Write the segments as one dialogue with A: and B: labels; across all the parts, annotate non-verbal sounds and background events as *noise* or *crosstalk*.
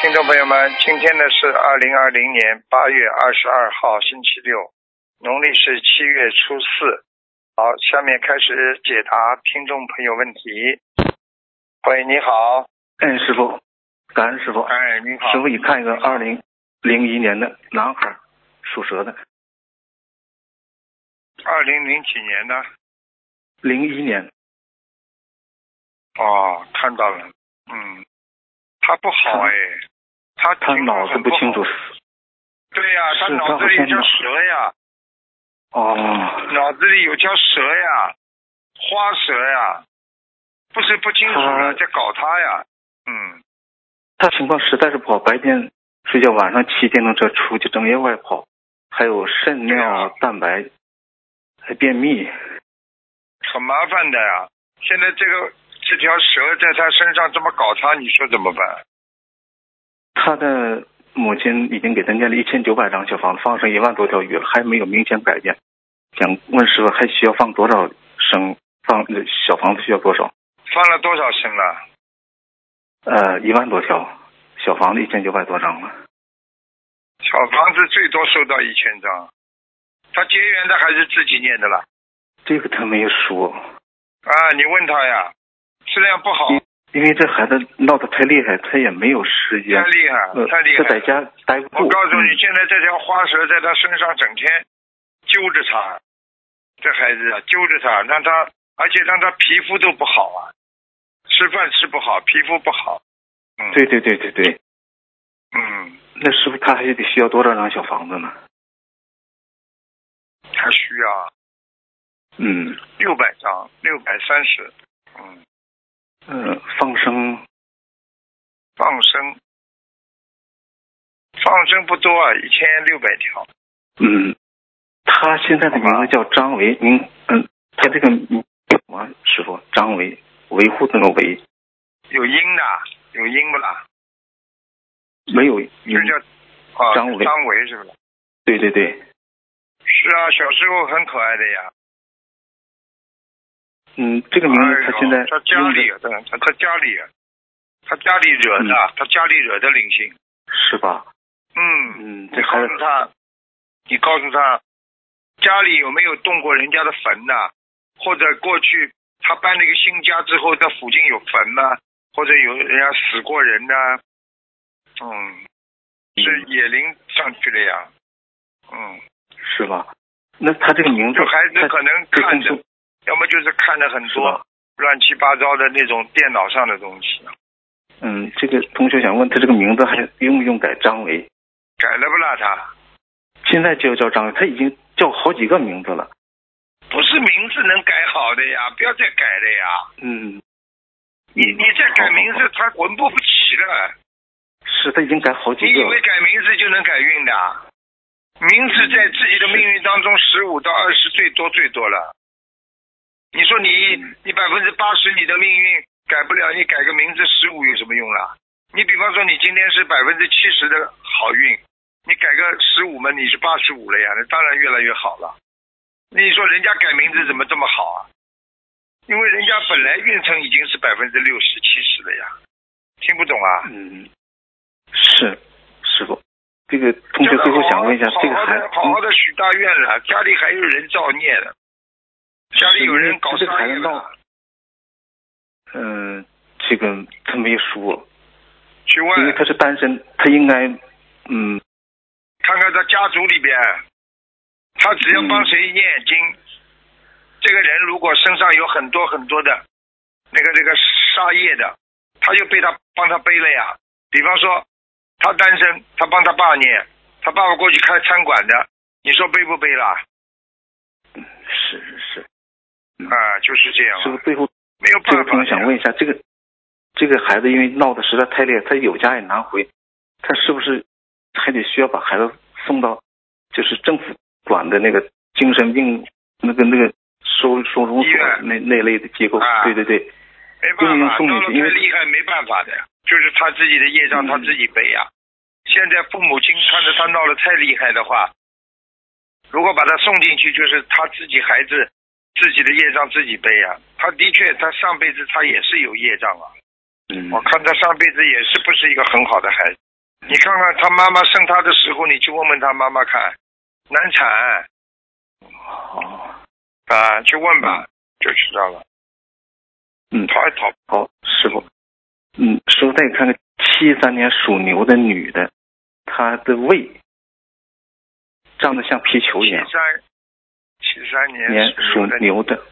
A: 听众朋友们，今天呢是二零二零年八月二十二号星期六，农历是七月初四。好，下面开始解答听众朋友问题。喂，你好，
B: 哎，师傅，感恩师傅。
A: 哎，你
B: 师
A: 好，
B: 傅，你看一个二零零一年的男孩，属蛇的，
A: 二零零几年呢？
B: 零一年，
A: 哦，看到了，嗯，他不好
B: 他
A: 哎，他
B: 他
A: 情况
B: 脑子
A: 很
B: 不清楚
A: 好。。对呀、他
B: 是他
A: 脑子
B: 好
A: 里有
B: 像
A: 条
B: 脑
A: 蛇呀，
B: 哦，
A: 脑子里有条蛇呀，花蛇呀，不是不清楚了，
B: 他
A: 在搞他呀，嗯。
B: 他情况实在是不好，白天睡觉，晚上骑电动车出去，整夜外跑，还有肾
A: 对
B: 尿
A: 啊
B: 蛋白，还便秘。
A: 很麻烦的呀。现在这个这条蛇在他身上这么搞他，你说怎么办？
B: 他的母亲已经给他念了一千九百张小房子，放生一万多条鱼了，还没有明显改变。想问师傅，还需要放多少生放呃小房子需要多少？
A: 放了多少生了？
B: 呃，一万多条，小房子一千九百多张了。
A: 小房子最多收到一千张，他结缘的还是自己念的啦？
B: 这个他没有说，
A: 啊，你问他呀，质量不好，
B: 因为这孩子闹得太厉害，他也没有时间
A: 太，厉害
B: 呃，，
A: 太厉
B: 他在
A: 害了。
B: 家待不住。
A: 我告诉你，
B: 嗯
A: 现在这条花蛇在他身上整天揪着他，这孩子啊，揪着他，让他，而且让他皮肤都不好啊，吃饭吃不好，皮肤不好。嗯，
B: 对，对对对对，
A: 嗯。
B: 那是不是他还得需要多少张小房子呢？
A: 他需要
B: 嗯
A: 六百张，六百三十，嗯，
B: 呃，放生
A: 放生，放生不多啊，一千六百条，
B: 嗯，他现在的名
A: 好吧
B: 字叫张维，您嗯，他这个名叫什么师傅？张维，维护那个维，
A: 有音的，有音不啦？
B: 没有
A: 就
B: 音。
A: 叫啊，
B: 张伟
A: 张伟是不是？
B: 对对对，
A: 是啊，小时候很可爱的呀。
B: 嗯，这个名字
A: 哎
B: 他现在
A: 呦，他家
B: 用的
A: 里啊他他他家里，啊他家里惹
B: 嗯
A: 的，啊他家里惹的灵性。
B: 是吧？
A: 嗯，
B: 嗯，
A: 你
B: 这
A: 告
B: 孩
A: 诉
B: 子
A: 他，你告诉他，家里有没有动过人家的坟呐、或者过去他搬了一个新家之后，那附近有坟呐、或者有人家死过人呐、嗯，是野灵上去了呀。嗯，
B: 是吧？那他这个名字
A: 这，孩子
B: 嗯他
A: 可能
B: 这
A: 看
B: 更
A: 着
B: 是，
A: 要么就是看了很
B: 是
A: 多
B: 吧？
A: 乱七八糟的那种电脑上的东西，啊
B: 嗯，这个同学想问他这个名字还用不用改张维？
A: 改了不啦他？
B: 现在就叫张维，他已经叫好几个名字了。
A: 不是名字能改好的呀，不要再改了呀。
B: 嗯，
A: 你你再改名
B: 好
A: 字，他魂不齐了。
B: 是他已经改好几
A: 你
B: 个
A: 以
B: 了。
A: 为改名字就能改运的啊？名字在自己的命运当中，十五到二十最多最多了。你说你
B: 嗯
A: 你百分之八十你的命运改不了，你改个名字十五有什么用啦？你比方说你今天是百分之七十的好运，你改个十五嘛，你是八十五了呀，那当然越来越好了。你说人家改名字怎么这么好啊？因为人家本来运程已经是百分之六十七十了呀，听不懂啊？
B: 嗯，是师傅，这个同学最后想问一下，这个孩子，
A: 好好的许大愿了，家里还有人造孽的，家里有人搞
B: 这个
A: 商
B: 孩
A: 业
B: 子闹
A: 的，，
B: 嗯、这个他没说，
A: 去
B: 因为
A: 问
B: 他是单身，他应该，嗯，
A: 看看他家族里边，他只要帮谁念经，这个人如果身上有很多很多的那个那个杀业的，他就被他帮他背了呀。比方说，他单身，他帮他爸念，他爸爸过去开餐馆的，你说背不背啦？
B: 是是是，
A: 啊，就是这样
B: 师傅
A: 啊，
B: 最后
A: 没有
B: 最后
A: 办法啊的呀。
B: 同学想问一下，这个这个孩子因为闹得实在太厉害，他有家也难回，他是不是还得需要把孩子送到就是政府管的那个精神病那个那个收收
A: 医
B: 容所
A: 院
B: 那那类的机构？
A: 啊
B: 对对对。
A: 没办法，
B: 不能送
A: 闹得
B: 你去因
A: 太
B: 为
A: 厉害没办法的，就是他自己的业障
B: 嗯
A: 他自己背呀、现在父母亲看着他闹得太厉害的话，如果把他送进去，就是他自己孩子自己的业障自己背呀、他的确，他上辈子他也是有业障啊。
B: 嗯
A: 我看他上辈子也是不是一个很好的孩子，你看看他妈妈生他的时候，你去问问他妈妈看，难产
B: 哦，
A: 啊，去问吧，就知道了。
B: 嗯，
A: 逃也逃不
B: 好，师傅，嗯，师傅再看看七三年属牛的女的，她的胃胀得像皮球一样
A: 七，三七三年
B: 年属
A: 属的，
B: 牛的，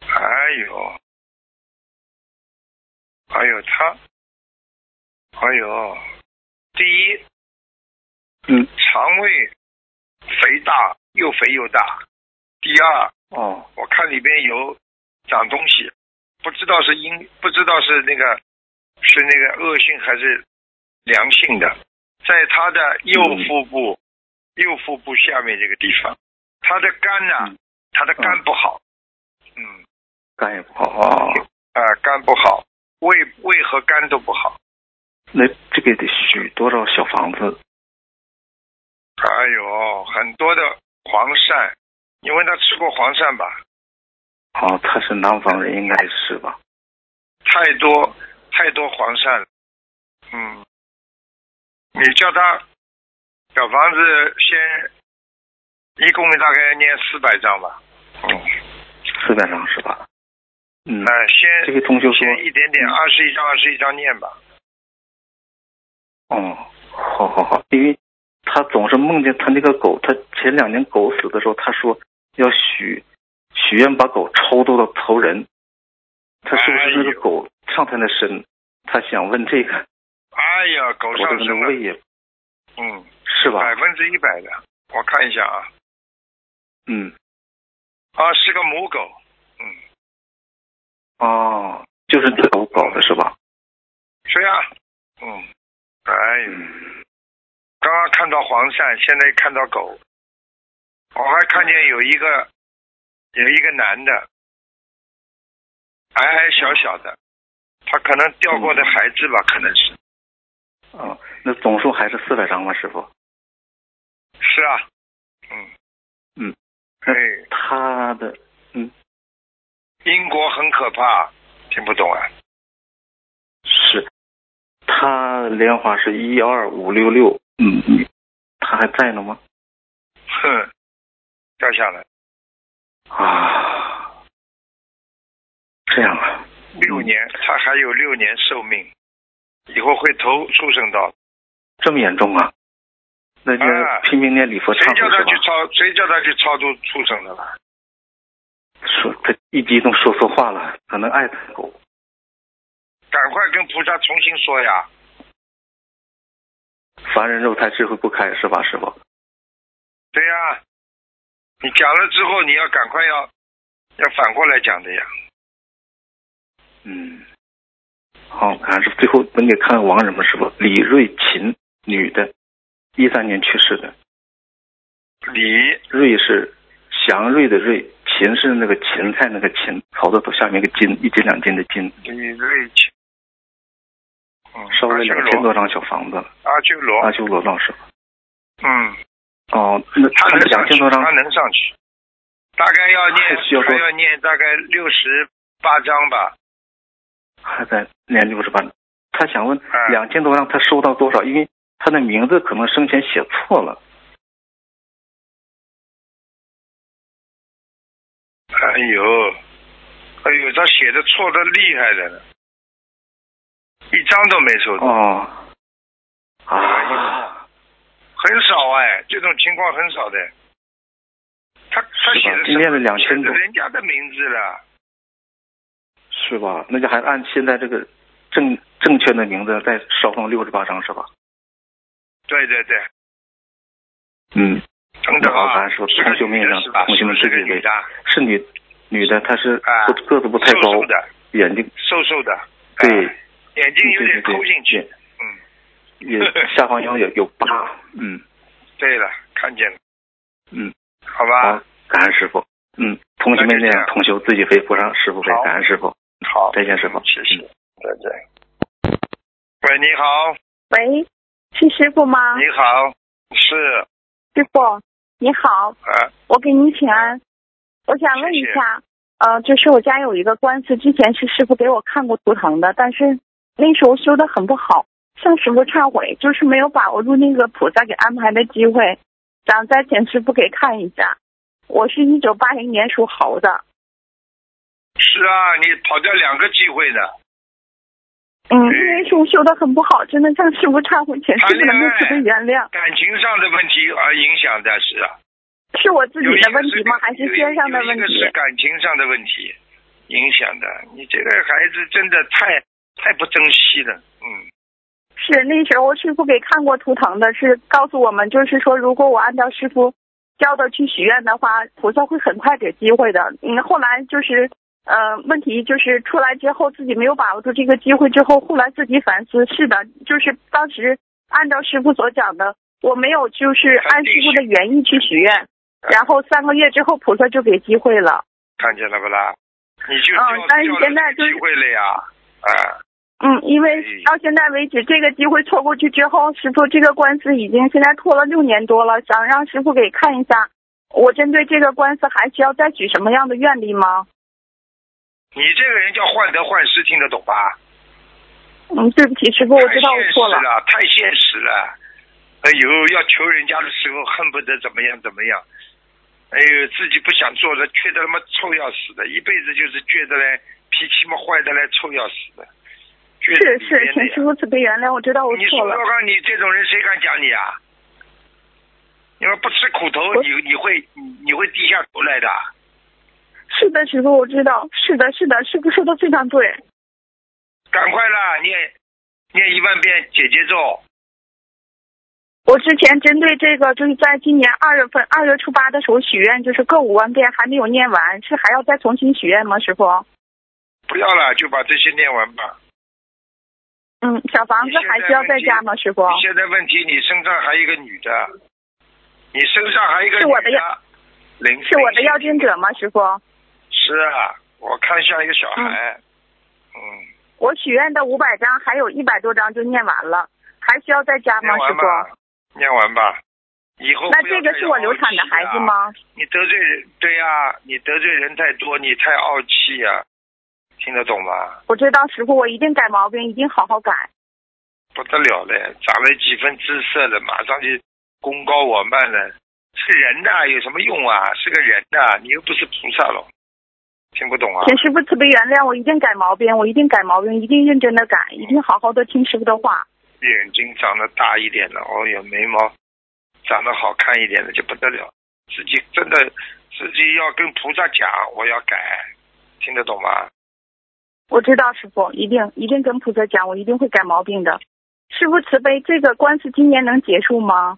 A: 哎呦，哎呦他，哎呦，第一
B: 嗯，
A: 肠胃肥大，又肥又大；第二，
B: 哦，
A: 我看里边有长东西，不知道是阴，不知道是那个是那个恶性还是良性的，在他的右腹部、右腹部下面这个地方，他的肝呐、
B: 嗯
A: 他的肝不好，嗯，
B: 肝也不好哦，
A: 啊、肝不好，胃胃和肝都不好，
B: 那这个得许多少小房子？
A: 哎呦，很多的黄鳝，你问他吃过黄鳝吧？
B: 哦，她是南方人，应该是吧？
A: 太多太多黄鳝了，嗯，你叫他小房子先，一共大概念四百张吧，嗯，
B: 四百张是吧？嗯，
A: 那、
B: 这
A: 哎先
B: 个同学说，嗯
A: 先一点点，二十一张二十一张念吧，
B: 哦，好好好，因为他总是梦见他那个狗，他前两年狗死的时候，他说要许许愿把狗超度到投人，他是不是那
A: 哎
B: 个
A: 呦
B: 狗上他的身？他想问这个，
A: 哎呀，狗
B: 狗
A: 上
B: 的那
A: 升
B: 个胃
A: 了，
B: 也
A: 嗯，
B: 是吧
A: 百？分之一百的，我看一下啊，
B: 嗯，
A: 啊，是个母狗，
B: 哦，就是那个狗搞的是吧？
A: 是呀、嗯，哎呀，刚刚看到黄鳝，现在看到狗，我还看见有一个有一个男的，矮矮小小的，他可能掉过的孩子吧，可能是
B: 啊、那总数还是四百张吧，师傅。
A: 是啊，嗯
B: 嗯，
A: 哎，
B: 他的
A: 英国很可怕，听不懂啊，
B: 是，他莲花是一二五六六，嗯嗯，他还在呢吗？
A: 哼，掉下来
B: 啊，这样啊，
A: 六年，他还有六年寿命，以后会投畜生道。
B: 这么严重啊？那就
A: 啊
B: 拼命念礼佛
A: 谁
B: 忏悔
A: 叫他
B: 是
A: 去
B: 吧？
A: 超？谁叫他去超度畜生的了？
B: 说他一激动说错话了，可能爱他狗。
A: 赶快跟菩萨重新说呀！
B: 凡人肉胎智慧不开是吧，师傅？
A: 对呀、你讲了之后，你要赶快要要反过来讲的呀。
B: 嗯，好，还是最后能给看看亡人吗？师傅，李瑞琴，女的，一三年去世的，
A: 李
B: 瑞是祥瑞的瑞，芹是那个芹菜那个芹，草字头下面一个金，一斤两斤的斤，
A: 李瑞琴，嗯，
B: 烧了两
A: 阿
B: 千
A: 修
B: 多
A: 罗，
B: 张小房子了。
A: 阿修罗，
B: 阿修罗老师，
A: 嗯，
B: 哦，那
A: 他
B: 那
A: 能
B: 两
A: 上
B: 千
A: 去，
B: 多张
A: 他能上去，大概要念
B: 还需要多
A: 还要念大概六十八章吧。
B: 还在念六十八，他想问
C: 嗯
A: 啊
B: 两千多张他收到多少？因为他的名字可能生前写错了，
A: 哎呦，哎呦，他写的错的厉害的了，一张都没收到。
B: 哦，啊
A: 啊，
C: 很少哎，这种情况很少的。他他
B: 是
C: 写
B: 吧
C: 的？
B: 念了两
C: 写
B: 千
C: 的
B: 多，
C: 人家的名字了，
B: 是吧？那就还按现在这个正正确的名字再烧上六十八张是吧？
C: 对对对，
B: 嗯，
C: 等等
B: 好
C: 啊，
B: 吧是吧
C: 是个
B: 同学们
C: 女
B: 也
C: 的
B: 让
C: 是吧？
B: 同学们
C: 是
B: 自
C: 个
B: 己
C: 女
B: 为
C: 的，
B: 是女女的，她是
C: 啊
B: 不个子不太
C: 瘦
B: 高
C: 瘦，的，
B: 眼睛
C: 瘦瘦的，哎
B: 对，
C: 眼睛有点
B: 对对对
C: 抠进去。
B: 眼
C: 嗯，
B: 也下方腰有有疤，嗯
C: 对了，看见了，
B: 嗯，
C: 好
B: 好
C: 吧，，
B: 感恩师傅，嗯，同学们
C: 那就
B: 念
C: 这样，
B: 同修自己飞，不让师傅飞
C: 好，
B: 感恩师傅。
C: 好，
B: 再见师傅嗯
C: 谢谢，再见。喂，你好，
D: 喂，是师傅吗？
A: 哎
C: 你好，是
D: 师傅，你好，
C: 啊，
D: 我给您请安。我想问一下，呃，就是我家有一个官司，之前是师傅给我看过图腾的，但是那时候修的很不好，向师傅忏悔，就是没有把握住那个菩萨给安排的机会。想再请师傅给看一下。我是一九八零年属猴的。
A: 是啊，你跑掉两个机会呢。
D: 嗯，因为是我修的很不好，真的向师傅忏悔，请师傅能慈悲原谅。
A: 感情上的问题而影响的是啊。
D: 是我自己的问题吗？还是先生的问题？
A: 是感情上的问题影响的。你这个孩子真的太太不珍惜了，嗯。
D: 是那时候师傅给看过图腾的，是告诉我们，就是说如果我按照师傅教的去许愿的话，菩萨会很快给机会的。嗯，后来就是呃，问题就是出来之后自己没有把握住这个机会，之后后来自己反思，是的，就是当时按照师傅所讲的，我没有就是按师傅的原意去许愿，然后三个月之后菩萨就给机会了。
A: 看见了不啦？你就
D: 嗯，但是现在就是
A: 机会了呀，啊。
D: 嗯，因为到现在为止，这个机会错过去之后，师傅这个官司已经现在拖了六年多了，想让师傅给看一下，我针对这个官司还需要再举什么样的愿力吗？
A: 你这个人叫患得患失，听得懂吧？
D: 嗯，对不起，师傅，我知道我错
A: 了。太现实了，哎呦，要求人家的时候恨不得怎么样怎么样，哎呦，自己不想做的，缺的他妈臭要死的，一辈子就是倔的嘞，脾气嘛坏的嘞，臭要死的。
D: 是是，请师傅慈悲原谅，我知道我错了。
A: 你说看，你这种人谁敢讲你啊？你说不吃苦头，你你会你会低下头来的。
D: 是的，师傅，我知道，是的，是的，师傅说的非常对。
A: 赶快啦，念念一万遍姐姐咒。
D: 我之前针对这个，就是在今年二月份二月初八的时候许愿，就是各五万遍，还没有念完，是还要再重新许愿吗，师傅？
A: 不要了，就把这些念完吧。
D: 嗯，小房子还需要再加吗，师傅？
A: 现在问题，你身上还有一个女的，你身上还有一个
D: 是我的
A: 要，零
D: 是我的要经者吗，师傅？
A: 是啊，我看像一个小孩。嗯。嗯
D: 我许愿的五百张，还有一百多张就念完了，还需要再加吗，师
A: 傅？念完吧，以后、啊。
D: 那这个是我流产的孩子吗？
A: 啊你得罪人，对呀、啊，你得罪人太多，你太傲气呀、啊。听得懂吗？
D: 我知道，师傅，我一定改毛病，一定好好改。
A: 啊不得了了，长了几分姿色了，马上就功高我慢了。是人呐，有什么用啊？是个人呐，你又不是菩萨了，听不懂啊？
D: 请师傅慈悲原谅，我一定改毛病，我一定改毛病，一定认真的改，一定好好的听师傅的话。
A: 眼睛长得大一点了，哦哟，眉毛长得好看一点的就不得了。自己真的自己要跟菩萨讲，我要改，听得懂吗？
D: 我知道师傅一定一定跟菩萨讲，我一定会改毛病的。师傅慈悲，这个官司今年能结束吗？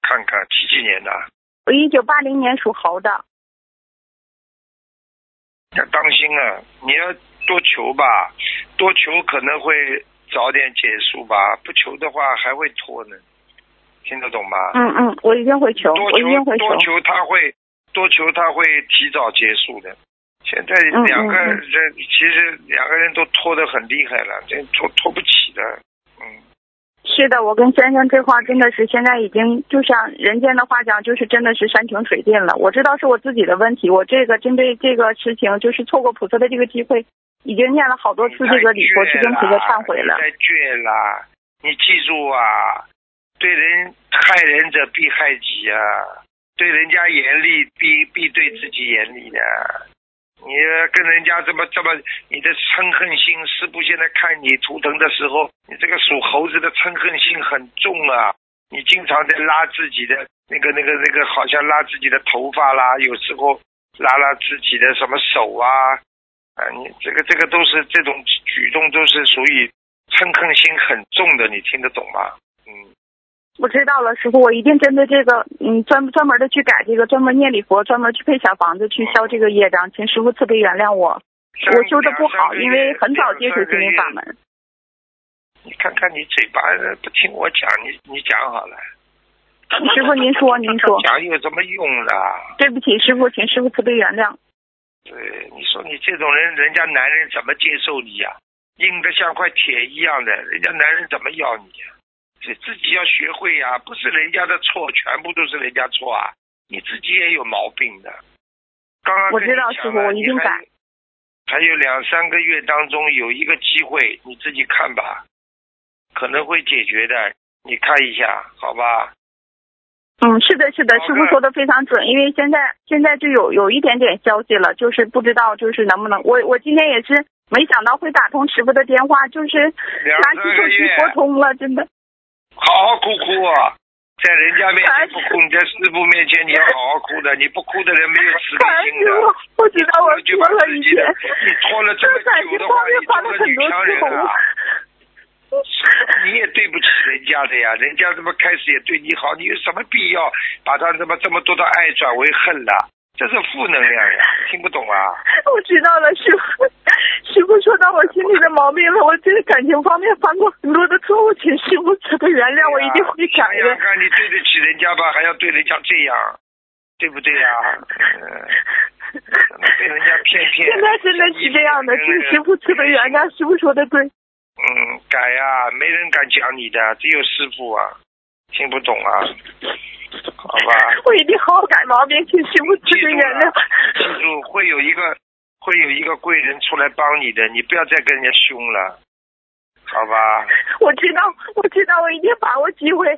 A: 看看几几年的？
D: 我一九八零年属猴的。
A: 要当心啊！你要多求吧，多求可能会早点结束吧，不求的话还会拖呢。听得懂吗？
D: 嗯嗯，我一定会求，
A: 多
D: 我一定会
A: 求。多求他会，多求他会提早结束的。现在两个人、
D: 嗯
A: 嗯嗯、其实两个人都拖得很厉害了，这拖拖不起的，嗯。
D: 是的，我跟先生这话真的是现在已经就像人间的话讲，就是真的是山穷水尽了。我知道是我自己的问题，我这个针对这个事情，就是错过菩萨的这个机会，已经念了好多次这个礼佛，去跟菩萨忏悔了。
A: 太倔了，你记住啊，对人害人者必害己啊，对人家严厉必必对自己严厉的、啊。你跟人家这么这么，你的嗔恨心，师傅现在看你图腾的时候，你这个属猴子的嗔恨心很重啊！你经常在拉自己的那个那个那个，好像拉自己的头发啦，有时候拉拉自己的什么手啊，啊，你这个这个都是这种举动都是属于嗔恨心很重的，你听得懂吗？嗯。
D: 我知道了，师傅，我一定针对这个，嗯，专专门的去改这个，专门念礼佛，专门去配小房子，去消这个业障，请师傅慈悲原谅我，我修的不好，因为很早接触心灵法门。
A: 你看看你嘴巴不听我讲，你你讲好了。
D: 师傅，您说您说。
A: 讲有什么用啊的？
D: 对不起，师傅，请师傅慈悲原谅。
A: 对，你说你这种人，人家男人怎么接受你呀、啊？硬的像块铁一样的，人家男人怎么要你呀、啊？是自己要学会呀、啊，不是人家的错，全部都是人家错啊！你自己也有毛病的。刚刚
D: 我知道师傅，我一定改。
A: 还有两三个月当中有一个机会，你自己看吧，可能会解决的，你看一下，好吧？
D: 嗯，是的，是的，师傅说的非常准，因为现在现在就有有一点点消息了，就是不知道就是能不能，我我今天也是没想到会打通师傅的电话，就是拿起手机拨通了，真的。
A: 好好哭哭啊！在人家面前不哭，你在师傅面前你要好好哭的，你不哭的人没有
D: *laughs*
A: 慈悲心的。
D: 我知道我
A: 就把
D: 自
A: 己的，你拖了这
D: *laughs*
A: 么久的话，你做个女强人啊！你也对不起人家的呀，人家这么开始也对你好，你有什么必要把他这么这么多的爱转为恨了？这是负能量呀，听不懂啊！
D: 我知道了，师傅，师傅说到我心里的毛病了，我这个感情方面犯过很多的错误，请师傅这个原谅，我一定会改的。
A: 想想哎看，你对得起人家吧，还要对人家这样，对不对呀、啊？嗯、被人家骗骗。
D: 现在真的是这样的，是师傅这个原谅，师傅说的对。
A: 嗯，改呀、啊，没人敢讲你的，只有师傅啊，听不懂啊。好吧，
D: 我一定好好改毛病，请师傅
A: 记
D: 住原谅。
A: 记住，会有一个会有一个贵人出来帮你的，你不要再跟人家凶了，好吧？
D: 我知道，我知道，我一定把握机会。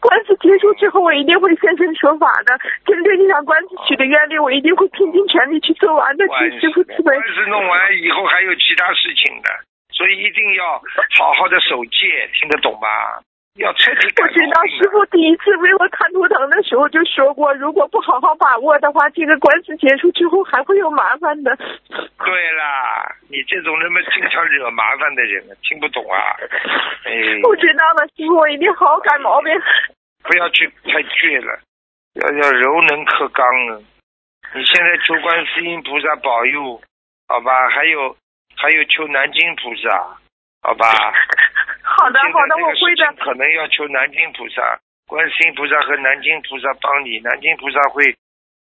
D: 官司结束之后，我一定会现身说法的。针对这场官司取得冤力，我一定会拼尽全力去做完的。请 *laughs* 师傅慈悲。
A: 官司弄完以后，还有其他事情的，所以一定要好好的守戒，听得懂吧？要彻底
D: 我知道师傅第一次为我看图腾的时候就说过，如果不好好把握的话，这个官司结束之后还会有麻烦的。
A: 对啦，你这种人们经常惹麻烦的人，听不懂啊。哎，
D: 我知道了，师傅，我一定好好改毛病。
A: 不要去太倔了，要要柔能克刚啊！你现在求观世音菩萨保佑，好吧？还有还有求南京菩萨，好
D: 啊
A: 吧？
D: *laughs* 好的，好的，我会的。
A: 可能要求南京菩萨、观世音菩萨和南京菩萨帮你，南京菩萨会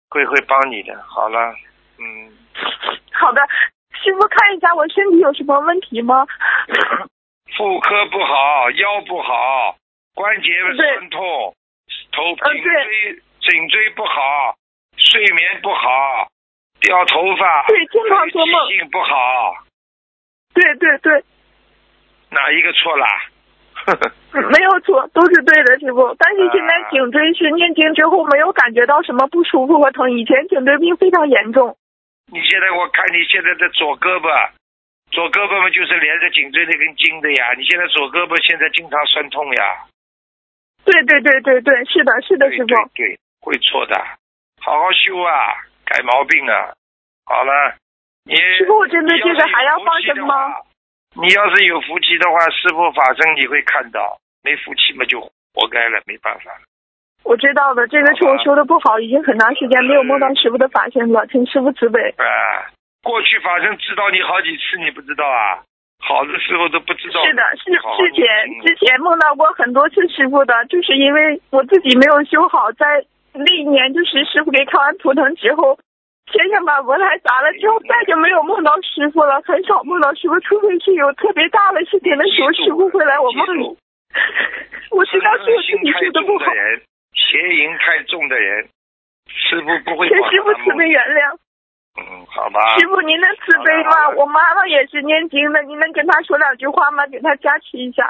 A: 会会帮你的。好了，嗯。
D: 好的，师傅看一下我身体有什么问题 *laughs* 吗？
A: 妇科不好，腰不好，关节酸痛，头
D: 哦
A: 颈椎、呃、颈椎不好，睡眠不好，掉头发，
D: 对，经常做梦，
A: 记性不好。
D: 对对对。
A: 哪一个错了？ *laughs*
D: 没有错，都是对的，师傅。但是现在颈椎是念经之后没有感觉到什么不舒服和疼，以前颈椎病非常严重。
A: 你现在我看你现在的左胳膊，左胳膊嘛就是连着颈椎那根筋的呀。你现在左胳膊现在经常酸痛呀。
D: 对对对对对，是的，是的，师傅。
A: 对，会错的，好好修啊，改毛病啊。好了，你
D: 师傅，我针对这个还要放生吗？
A: 你要是有福气的话，师傅法身你会看到；没福气嘛，就活该了，没办法了。
D: 我知道的，这个是我修的不好，已经很长时间没有梦到师傅的法身了，请师傅慈悲。
A: 啊，过去法身指导你好几次，你不知道啊？好的时候都不知道。
D: 是的，嗯是之前之前梦到过很多次师傅的，就是因为我自己没有修好，在那一年就是师傅给看完图腾之后。先生把佛台砸了之后，再就没有梦到师傅了，很少梦到师傅，除非是有特别大的事情的时候，师傅会来我梦里。我知道是我自己做的不好。
A: 邪淫太重的人，师傅不会。
D: 请 *laughs* 师傅慈悲原谅。
A: 嗯，好吧。
D: 师傅，您能慈悲 *laughs* 吗？我妈妈也是念经的，您能跟她说两句话吗？给她加持一下，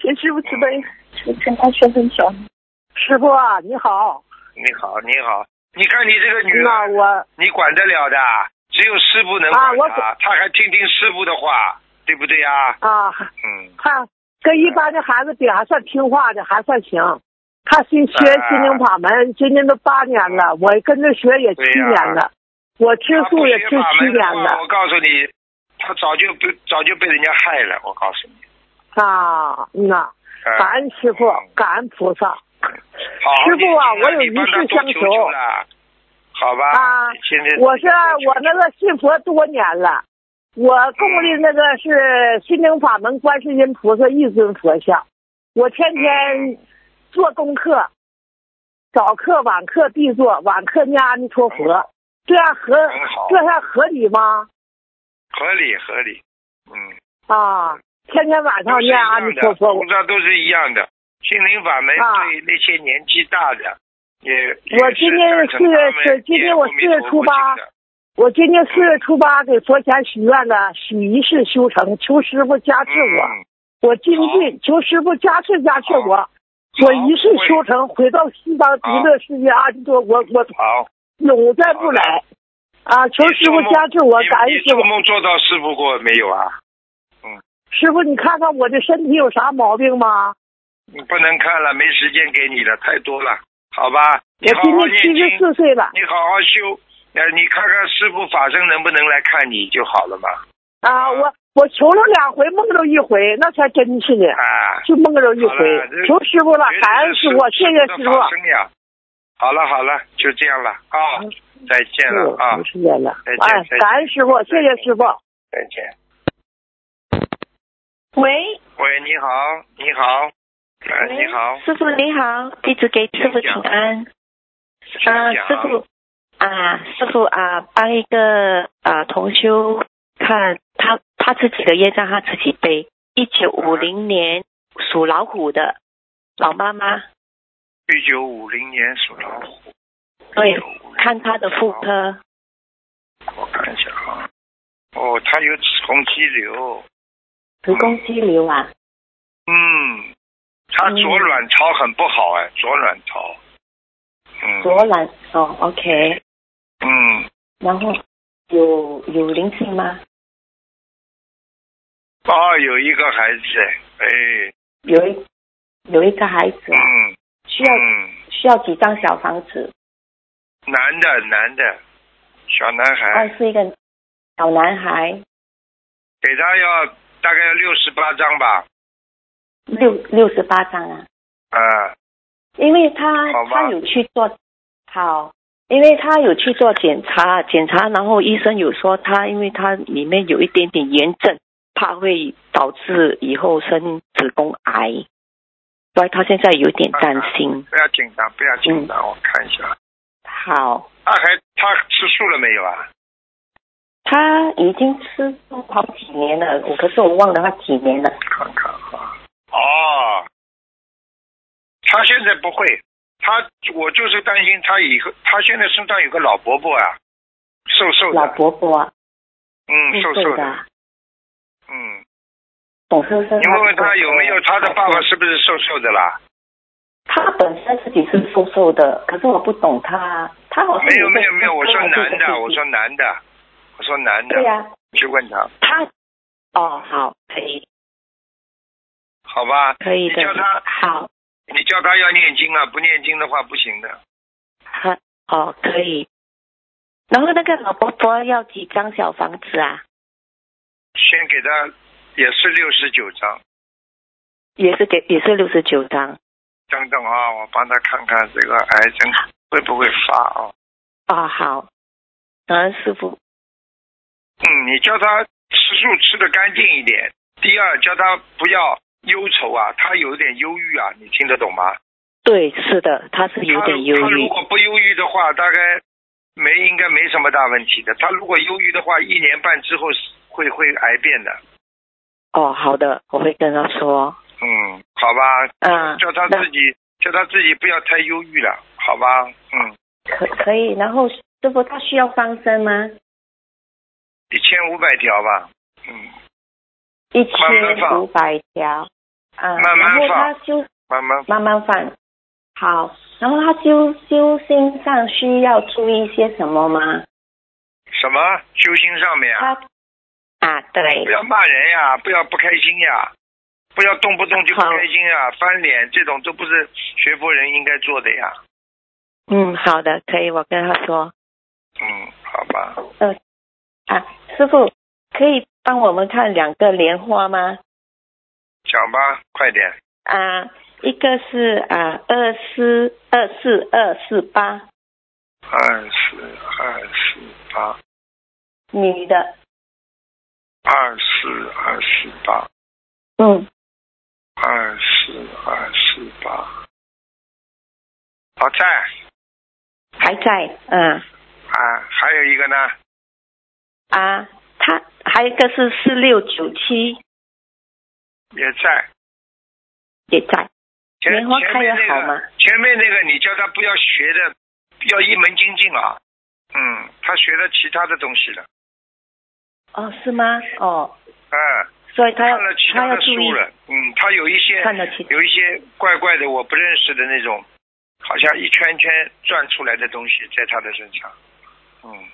D: 请师傅慈悲。
E: 我嗯跟她说分手。
F: 师傅、啊，你好。
A: 你好，你好。你看你这个女
F: 那我
A: 你管得了的，只有师傅能管她，啊、她还听听师傅的话，对不对呀、
F: 啊？啊，
A: 嗯，
F: 她跟一般的孩子比，还算听话的，还算行。她新学心灵法门，啊、今年都八年了，我跟着学也七年了，我吃素也吃七年了。
A: 我告诉你，她早就被早就被人家害了，我告诉你。呃
F: 啊，那
A: 哎
F: 感恩师傅，感恩菩萨。
A: 师
F: 傅啊，我有一事相求，
A: 好吧？
F: 啊，我是啊我那个信佛多年了，我供
A: 嗯
F: 的那个是心灵法门观世音菩萨一尊佛像，我天天做功课，早课晚课必做，晚课念阿弥陀
A: 哎
F: 佛，这样合这样合理吗？
A: 合理合理，嗯。
F: 啊，天天晚上念阿弥陀佛，啊
A: 菩萨都是一样的。心灵法门对那些年纪大的，也
F: 我今年是是今年我四十初八，我今年四月初八给佛前许愿了，许一世修成，求师傅加持
A: 嗯
F: 我，我精进，求师傅加持加持我，我一世修成，回到西方极乐世界阿弥陀，我我
A: 好，
F: 永再不来。啊！求师傅加持我，感恩师
A: 傅。做梦做到师傅过没有啊？嗯，
F: 师傅，你看看我的身体有啥毛病吗？
A: 你不能看了，没时间给你了，太多了，好吧？你好
F: 好哎念经。我今年七十四岁了。
A: 你好好修，呃，你看看师傅法身能不能来看你就好了嘛。
F: 啊，我我求了两回，梦着一回，那才真是的，
A: 啊、
F: 就梦着一回。求师傅了，感恩师傅，谢谢师傅。
A: 好了好了，就这样了啊、
F: 嗯
A: 哦！再见了啊！
F: 没时间了，
A: 再见，
F: 哎、感恩师傅，谢谢师傅，
A: 再见。
G: 喂
A: 喂，你好，你好，哎、你好，
F: 呃
G: 师傅你好，弟子给师傅请安。啊，师傅啊，师傅啊，帮一个啊同修看他他自己的业障他自己背，一九五零年属老虎的老妈妈。
A: 一九五零年属老虎。
G: 对，看他的妇科。
A: 我看一下啊，哦，他有子宫肌瘤。
G: 子宫肌瘤啊。
A: 嗯，他左卵巢很不好哎，左卵巢。嗯。
G: 左卵哦，OK。
A: 嗯。
G: 然后有有灵性吗？
A: 哦，有一个孩子哎。
G: 有一有一个孩子啊。
A: 嗯。
G: 需要、
A: 嗯、
G: 需要几张小房子？
A: 男的，男的，小男孩。
G: 哦，是一个小男孩。
A: 给他要大概要六十八张吧。
G: 六六十八张啊。
A: 啊。
G: 因为他他有去做好，因为他有去做检查，检查然后医生有说他，因为他里面有一点点炎症，怕会导致以后生子宫癌。所以他现在有点担心。
A: 不要紧张，不要紧张，我看一下。
G: 好。
A: 他还他吃素了没有啊？
G: 他已经吃素好几年了，我可是我忘了他几年了。
A: 看看啊。哦。他现在不会，他我就是担心他以后，他现在身上有个老伯伯啊，瘦瘦的。
G: 老伯伯啊。
A: 嗯，瘦
G: 瘦
A: 的。嗯。
G: 董先生，
A: 你问问他有没有他的爸爸是不是瘦瘦的啦？
G: 他本身自己是瘦瘦的，可是我不懂他，他好像
A: 没有没有没有，我说男的，我说男的，我说男的，
G: 对呀、啊，
A: 你去问他。
G: 他哦，好，可以，
A: 好吧，
G: 可以的，
A: 你叫他
G: 好，
A: 你叫他要念经啊，不念经的话不行的。
G: 好，哦，可以。然后那个老伯伯要几张小房子啊？
A: 先给他。也是六十九张，
G: 也是给也是六十九张。
A: 等等啊，我帮他看看这个癌症会不会发啊？
G: 啊、哦、好，感恩师傅。
A: 嗯，你叫他吃素吃的干净一点。第二，叫他不要忧愁啊，他有点忧郁啊，你听得懂吗？
G: 对，是的，他是有点忧郁。
A: 他如果不忧郁的话，大概没应该没什么大问题的。他如果忧郁的话，一年半之后会会癌变的。
G: 哦，好的，我会跟他说。
A: 嗯，好吧。
G: 嗯，
A: 叫他自己，叫他自己不要太忧郁了，好吧？嗯。
G: 可可以，然后师傅他需要放生吗？
A: 一千五百条吧。嗯。
G: 一千五百条。啊、嗯。
A: 慢慢
G: 放。然后他就
A: 慢慢
G: 慢慢放。好，然后他修修心上需要注意些什么吗？
A: 什么？修心上面啊？
G: 他啊，对，
A: 不要骂人呀，不要不开心呀，不要动不动就不开心啊，翻脸这种都不是学佛人应该做的呀。
G: 嗯，好的，可以，我跟他说。
A: 嗯，好吧。
G: 嗯、呃，啊，师傅，可以帮我们看两个莲花吗？
A: 讲吧，快点。
G: 啊，一个是啊二四二四二四八。
A: 二四二四八。
G: 女的。
A: 二四二四八，
G: 嗯，
A: 二四二四八，还在，
G: 还在，嗯，
A: 啊，还有一个呢，
G: 啊，他还有一个是四六九七，
A: 也在，
G: 也在，
A: 前
G: 花开的好
A: 吗前、那个？前面那个你叫他不要学的，要一门精进啊，嗯，他学了其他的东西了。
G: 哦，是吗？哦。
A: 嗯。
G: 所以他
A: 看了哎其他的书了，嗯，他有一些
G: 看得起
A: 有一些怪怪的我不认识的那种，好像一圈圈转出来的东西在他的身上，嗯。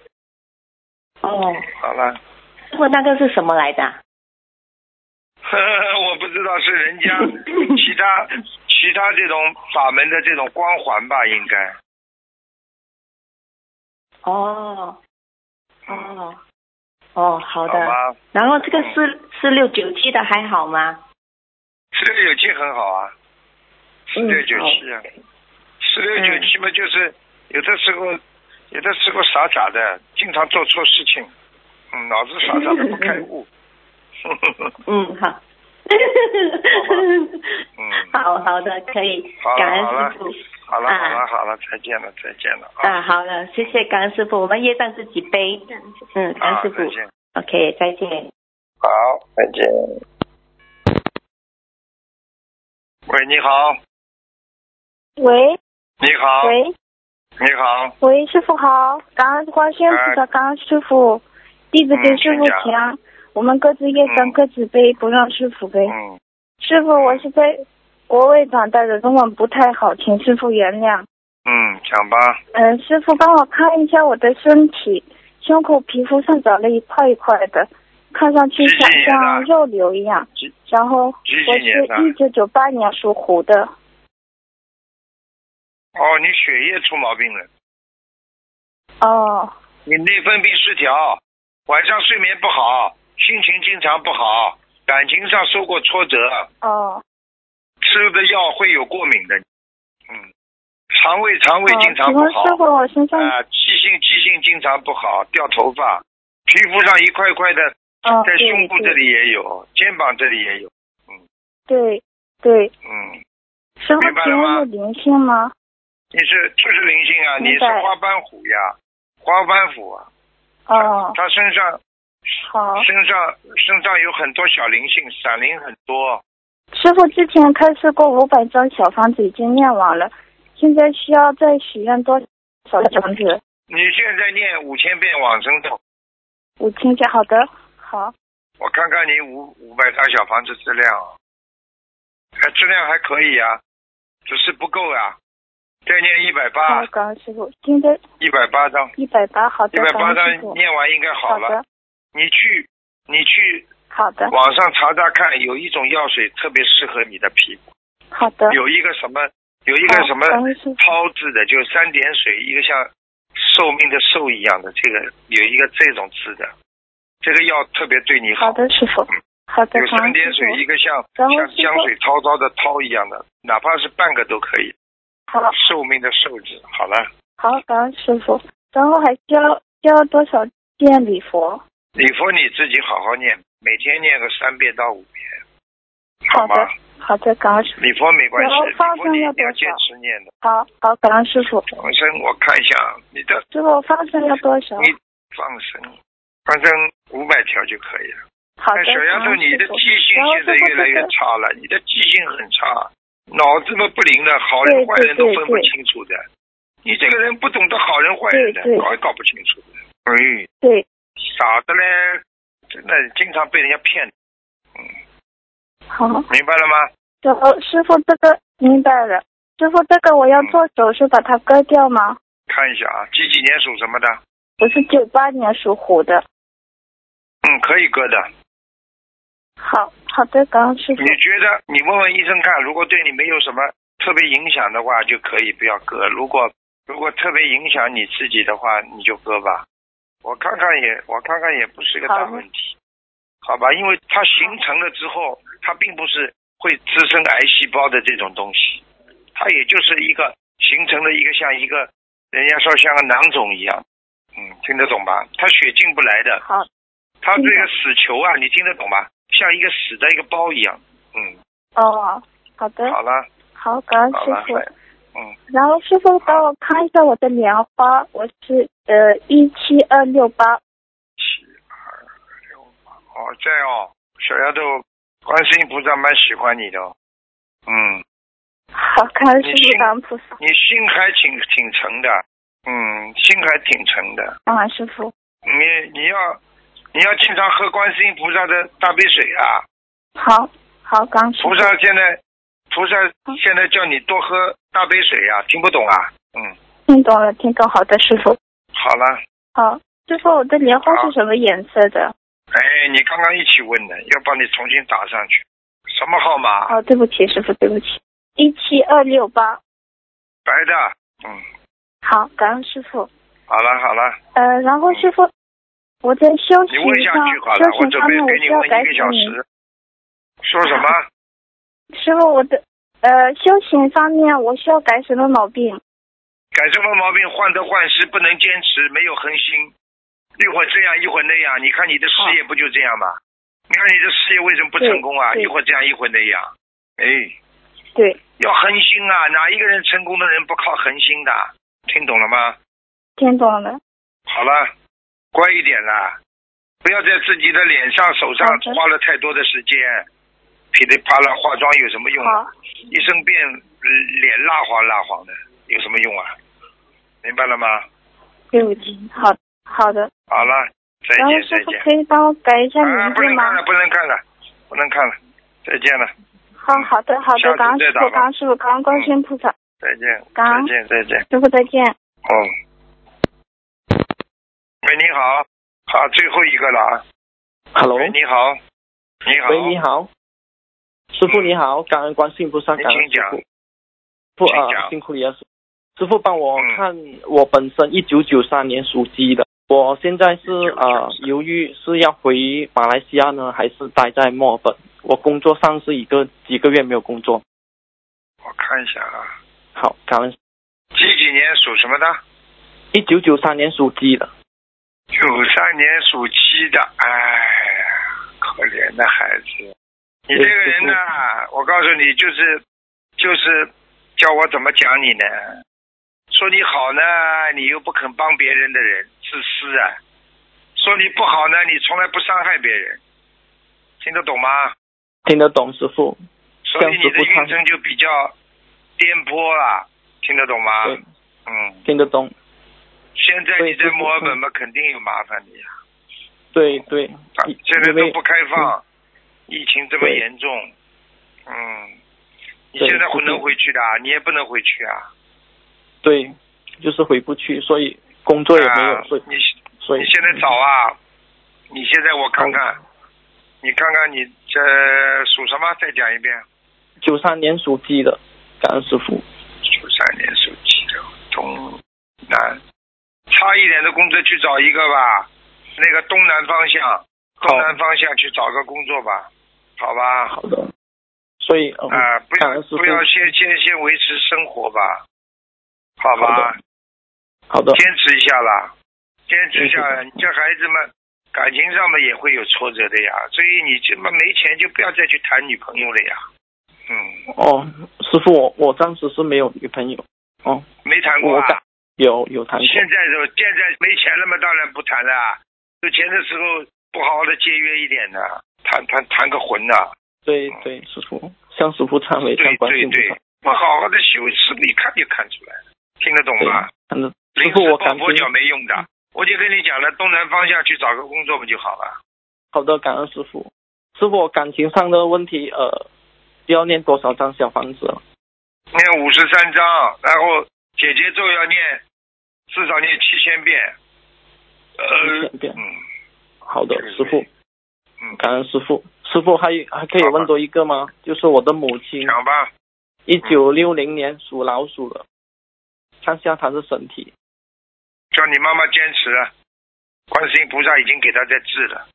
G: 哦。
A: 好了。 *laughs*
G: 问那个是什么来的、啊？
A: 我不知道是人
G: *laughs*
A: 家其他其他这种法门的这种光环吧，应该。
G: 哦，哦，哦，好的。好然后
A: 嗯
G: 这个四四六九七的还好吗？
A: 四六九七很好啊，四六九七啊，四六九七嘛，就是有的时候有的时候傻傻的，经常做错事情，嗯，脑子傻傻的不开悟。
G: 嗯，好。
A: 嗯，
G: *laughs* 好好的，可以，感恩师傅。
A: 好了，好了，好了，再见了，再见了。
G: 啊，好了，谢谢感恩师傅，我们业障自己背。嗯，感恩师傅。OK，再见。
A: 啊好，再见。喂，你好。
D: 喂。
A: 你好。
D: 喂。
A: 你好。
D: 喂，师傅好，感恩观世音菩
A: 哎
D: 萨，感恩师傅，弟子
A: 嗯
D: 给师傅请安。我们各自业障各自背，不让师傅背。
A: 嗯、
D: 师傅，我是在国外长大的，中文不太好，请师傅原谅。
A: 嗯，讲吧。
D: 嗯、呃，师傅帮我看一下我的身体，胸口皮肤上长了一块一块的，看上去像像肉瘤一样。然后我是一九九八年属虎的。
A: 哦，你血液出毛病了。
D: 哦。
A: 你内分泌失调，晚上睡眠不好。心情经常不好，感情上受过挫折。
D: 哦。
A: 吃的药会有过敏的，嗯，肠胃肠胃经常不好。
D: 师傅、哦，我身上
A: 啊，记性记性经常不好，掉头发，皮肤上一块块的，
D: 哦、
A: 呃在胸部这里也有，肩膀这里也有，嗯。
D: 对对。
A: 嗯。
D: 师傅，请问有灵性吗？
A: 你是就是灵性啊，你是花斑虎呀，花斑虎啊。
D: 哦。
A: 他身上。
D: 好，
A: 身上身上有很多小灵性，闪灵很多。
D: 师傅之前开设过五百张小房子，已经念完了，现在需要再许愿多少小房子？
A: 你现在念五千遍往生咒。
D: 五千遍，好的，好。
A: 我看看你五五百张小房子质量，啊哎，质量还可以啊，只是不够啊，再念一百八。
D: 感恩师傅，现在
A: 一百八张。
D: 一百八，好的，
A: 啊一百八张念完应该好了。
D: 好的
A: 你去，你去，
D: 好的。
A: 网上查查看，有一种药水特别适合你的屁股。
D: 好的。
A: 有一个什么，有一个什么涛字的，就三点水，一个像寿命的寿一样的，这个有一个这种字的，这个药特别对你
D: 好。好的，师傅。好的，
A: 嗯有三点水，一个像像江水滔滔的滔一样的，哪怕是半个都可以。
D: 好。
A: 寿命的寿字，好了。
D: 好，感恩师傅。然后还需要需要多少遍礼佛？
A: 礼佛你自己好好念，每天念个三遍到五遍，
D: 好
A: 吗？
D: 好的，感恩师傅。
A: 礼佛没关系，礼
D: 放
A: 佛你
D: 要
A: 要坚持念的。
D: 好好，感恩师傅。
A: 放生，我看一下你的。
D: 师傅，放生要多少？
A: 你放生，放生五百条就可以了。
D: 好的，
A: 哎小丫头，你的记性现在越来越差了，你的记性很差，脑子嘛不灵的，好人坏人都分不清楚的。你这个人不懂得好人坏人的，搞也搞不清楚的。哎。
D: 对。
A: 傻的嘞，真的经常被人家骗。嗯，
D: 好，
A: 明白了吗？
D: 然后、哦、师傅这个明白了。师傅这个我要做手术把它割掉吗？嗯、
A: 看一下啊，几几年属什么的？
D: 我是九八年属虎的。
A: 嗯，可以割的。
D: 好好的，感恩师傅。
A: 你觉得你问问医生看，如果对你没有什么特别影响的话，就可以不要割；如果如果特别影响你自己的话，你就割吧。我看看也，我看看也不是个大问题，好,好吧？因为它形成了之后，它并不是会滋生癌细胞的这种东西，它也就是一个形成了一个像一个，人家说像个囊肿一样，嗯，听得懂吧？它血进不来的，
D: 好，
A: 它这个死球啊，你听得懂吗？像一个死的一个包一样，嗯。
D: 哦，好的。
A: 好了。
D: 好，感恩师傅。
A: 嗯，
D: 然后师傅帮我看一下我的莲花，我是呃一七二六八。
A: 七二六八，哦，在哦，小丫头，观世音菩萨蛮喜欢你的、哦，嗯。
D: 好看，师傅，感恩菩萨。
A: 你心还挺挺诚的，嗯，心还挺诚的。
D: 啊
H: 嗯，师傅。
A: 你你要你要经常喝观世音菩萨的大杯水啊。
H: 好，好，刚。
A: 菩萨现在，菩萨现在叫你多喝大杯水呀、啊，听不懂啊？嗯。
H: 听懂了，听懂，好的，师傅。
A: 好了。
H: 好，师傅，我的莲花是什么颜色的？
A: 哎，你刚刚一起问的，要帮你重新打上去。什么号码？
H: 哦，对不起，师傅，对不起，一七二六八。
A: 白的，嗯。
H: 好，感恩师傅。
A: 好了好了。
H: 呃，然后师傅，我在修行上，修行
A: 上面我
H: 需要改
A: 进。说什
H: *laughs*
A: 么？
H: 师傅，我的呃修行方面，我需要改什么毛病？
A: 改什么毛病？患得患失，不能坚持，没有恒心，一会儿这样，一会儿那样。你看你的事业不就这样吗？你看你的事业为什么不成功啊？一会儿这样，一会儿那样。哎。
H: 对。
A: 要恒心啊！哪一个人成功的人不靠恒心的？听懂了吗？
H: 听懂了。
A: 好了，乖一点啦，不要在自己的脸上、手上花了太多的时间，噼里啪啦化妆有什么用啊？一生病，脸蜡黄蜡黄的，有什么用啊？明白了吗？
H: 对不起，好好的。
A: 好了，再见再见。
H: 可以帮我改一下名字吗？
A: 啊，不能看了，不能看了，不能看了，再见了。
H: 好好的好
A: 嗯
H: 的，刚师傅，刚师傅，刚观世菩萨。
A: 再见，再见，再见，
H: 师傅再见。
A: 嗯。喂，你好，好，最后一个了啊。
I: Hello。
A: 喂，你好，你好。
I: 喂，你好，师傅你好，感恩观世菩萨，感恩师傅。不啊，辛苦你了，师傅帮我
A: 嗯
I: 看，我本身一九九三年属鸡的，我现在是啊，由于是要回马来西亚呢，还是待在墨尔本？我工作上是一个几个月没有工作。
A: 我看一下啊。
I: 好，感恩。
A: 几几年属什么的？
I: 一九九三年属鸡的。
A: 九三年属鸡的，哎，可怜的孩子。你这个人呢，我告诉你，就是就是叫我怎么讲你呢？说你好呢，你又不肯帮别人的人，自私啊；说你不好呢，你从来不伤害别人，听得懂吗？
I: 听得懂，师傅。
A: 所以你的运程就比较。颠簸了，听得懂吗？嗯，
I: 听得懂。
A: 现在你在墨尔本嘛，肯定有麻烦你啊。
I: 对对、
A: 啊，现在都不开
I: 嗯
A: 放，疫情这么严重，嗯，你现在不能回去的，你也不能回去啊。
I: 对，就是回不去，所以工作也没有，
A: 啊、
I: 所以
A: 你
I: 所以
A: 你现在找啊，你现在啊我看看，你看看你这属什么？再讲一遍。
I: 九三年属鸡的。感恩师傅，
A: 九三年属鸡的，东南差一点的工作去找一个吧，那个东南方向，东南方向去找个工作吧，好吧？
I: 好的。所以嗯
A: 啊、呃，不要不要先先先维持生活吧，好
I: 吧？好的。好的
A: 坚持一下啦，坚持一下啦，你这孩子们感情上面也会有挫折的呀，所以你这么没钱就不要再去谈女朋友了呀。嗯
I: 哦，师傅，我我暂时是没有女朋友哦，
A: 没谈过、啊，
I: 有有谈过。
A: 现在就现在没钱了嘛，当然不谈了、啊。有钱的时候不好好的节约一点呢、啊，谈谈谈个魂呐。
I: 对对，师傅，向师傅忏悔，向观世
A: 对对对，不好好的修，师傅一看就看出来了，听得懂吗？
I: 看得。师傅，我
A: 感佛脚没用的，我就跟你讲了，东南方向去找个工作不就好了？
I: 好的，感恩师傅。师傅，我感情上的问题，呃。要念多少张小房子？
A: 念五十三张，然后姐姐咒要念，至少念七千遍。
I: 呃，七千遍。
A: 嗯，
I: 好的，师傅。
A: 嗯，
I: 感恩师傅。师傅还还可以问多一个吗？就是我的母亲。
A: 讲吧。
I: 一九六零年属老鼠的，看下她的身体。
A: 叫你妈妈坚持，观世音菩萨已经给她在治了。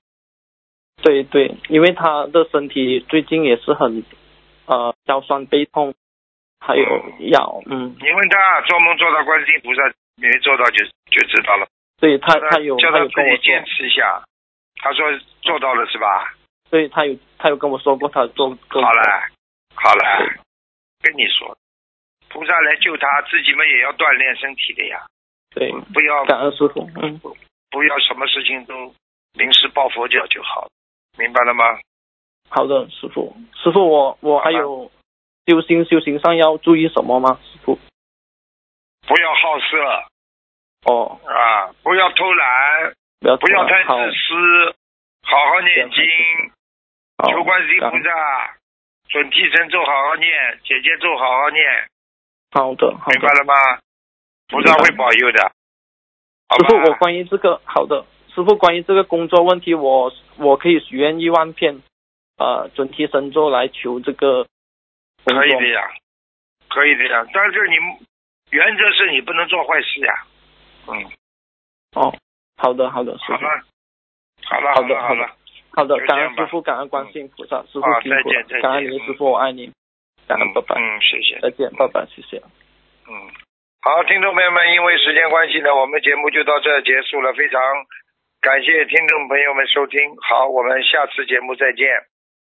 I: 对对，因为她的身体最近也是很。呃，腰酸背痛，还有腰，嗯。
A: 你问他做梦做到观世音菩萨没做到就就知道了。
I: 对他，他
A: 嗯
I: 有
A: 叫他自己
I: 坚
A: 持一下。他说做到了是吧？
I: 对他有他有跟我说过他做做。
A: 好了，好了，跟你说，菩萨来救他，自己们也要锻炼身体的呀。
I: 对，
A: 不要
I: 感恩师傅，嗯，
A: 不要什么事情都临时抱佛脚就好了，明白了吗？
I: 好的，师傅，师傅，我我还有修行修行上要注意什么吗？师傅，
A: 不要好色，
I: 哦。
A: 啊，不要偷懒，
I: 不要
A: 不要太自私，好好念经，求观世音菩萨，准提神咒好好念，姐姐咒好好念。
I: 好的，好的。
A: 明白了吗？菩萨会保佑的。
I: 师傅，我关于这个好的，师傅关于这个工作问题，我我可以许愿一万片，呃，准提神咒来求这个。
A: 可以的呀，可以的呀，但是你原则是你不能做坏事呀。嗯。
I: 哦，好的，好的，师傅。
A: 好了，好
I: 的，
A: 好
I: 的，好的，感恩师傅，感恩观世音菩萨，师傅辛苦了，感恩你，师傅我爱你，感恩拜拜。
A: 嗯，谢谢。
I: 再见，拜拜，谢谢。
A: 嗯。好，听众朋友们，因为时间关系呢，我们节目就到这结束了。非常感谢听众朋友们收听，好，我们下次节目再见。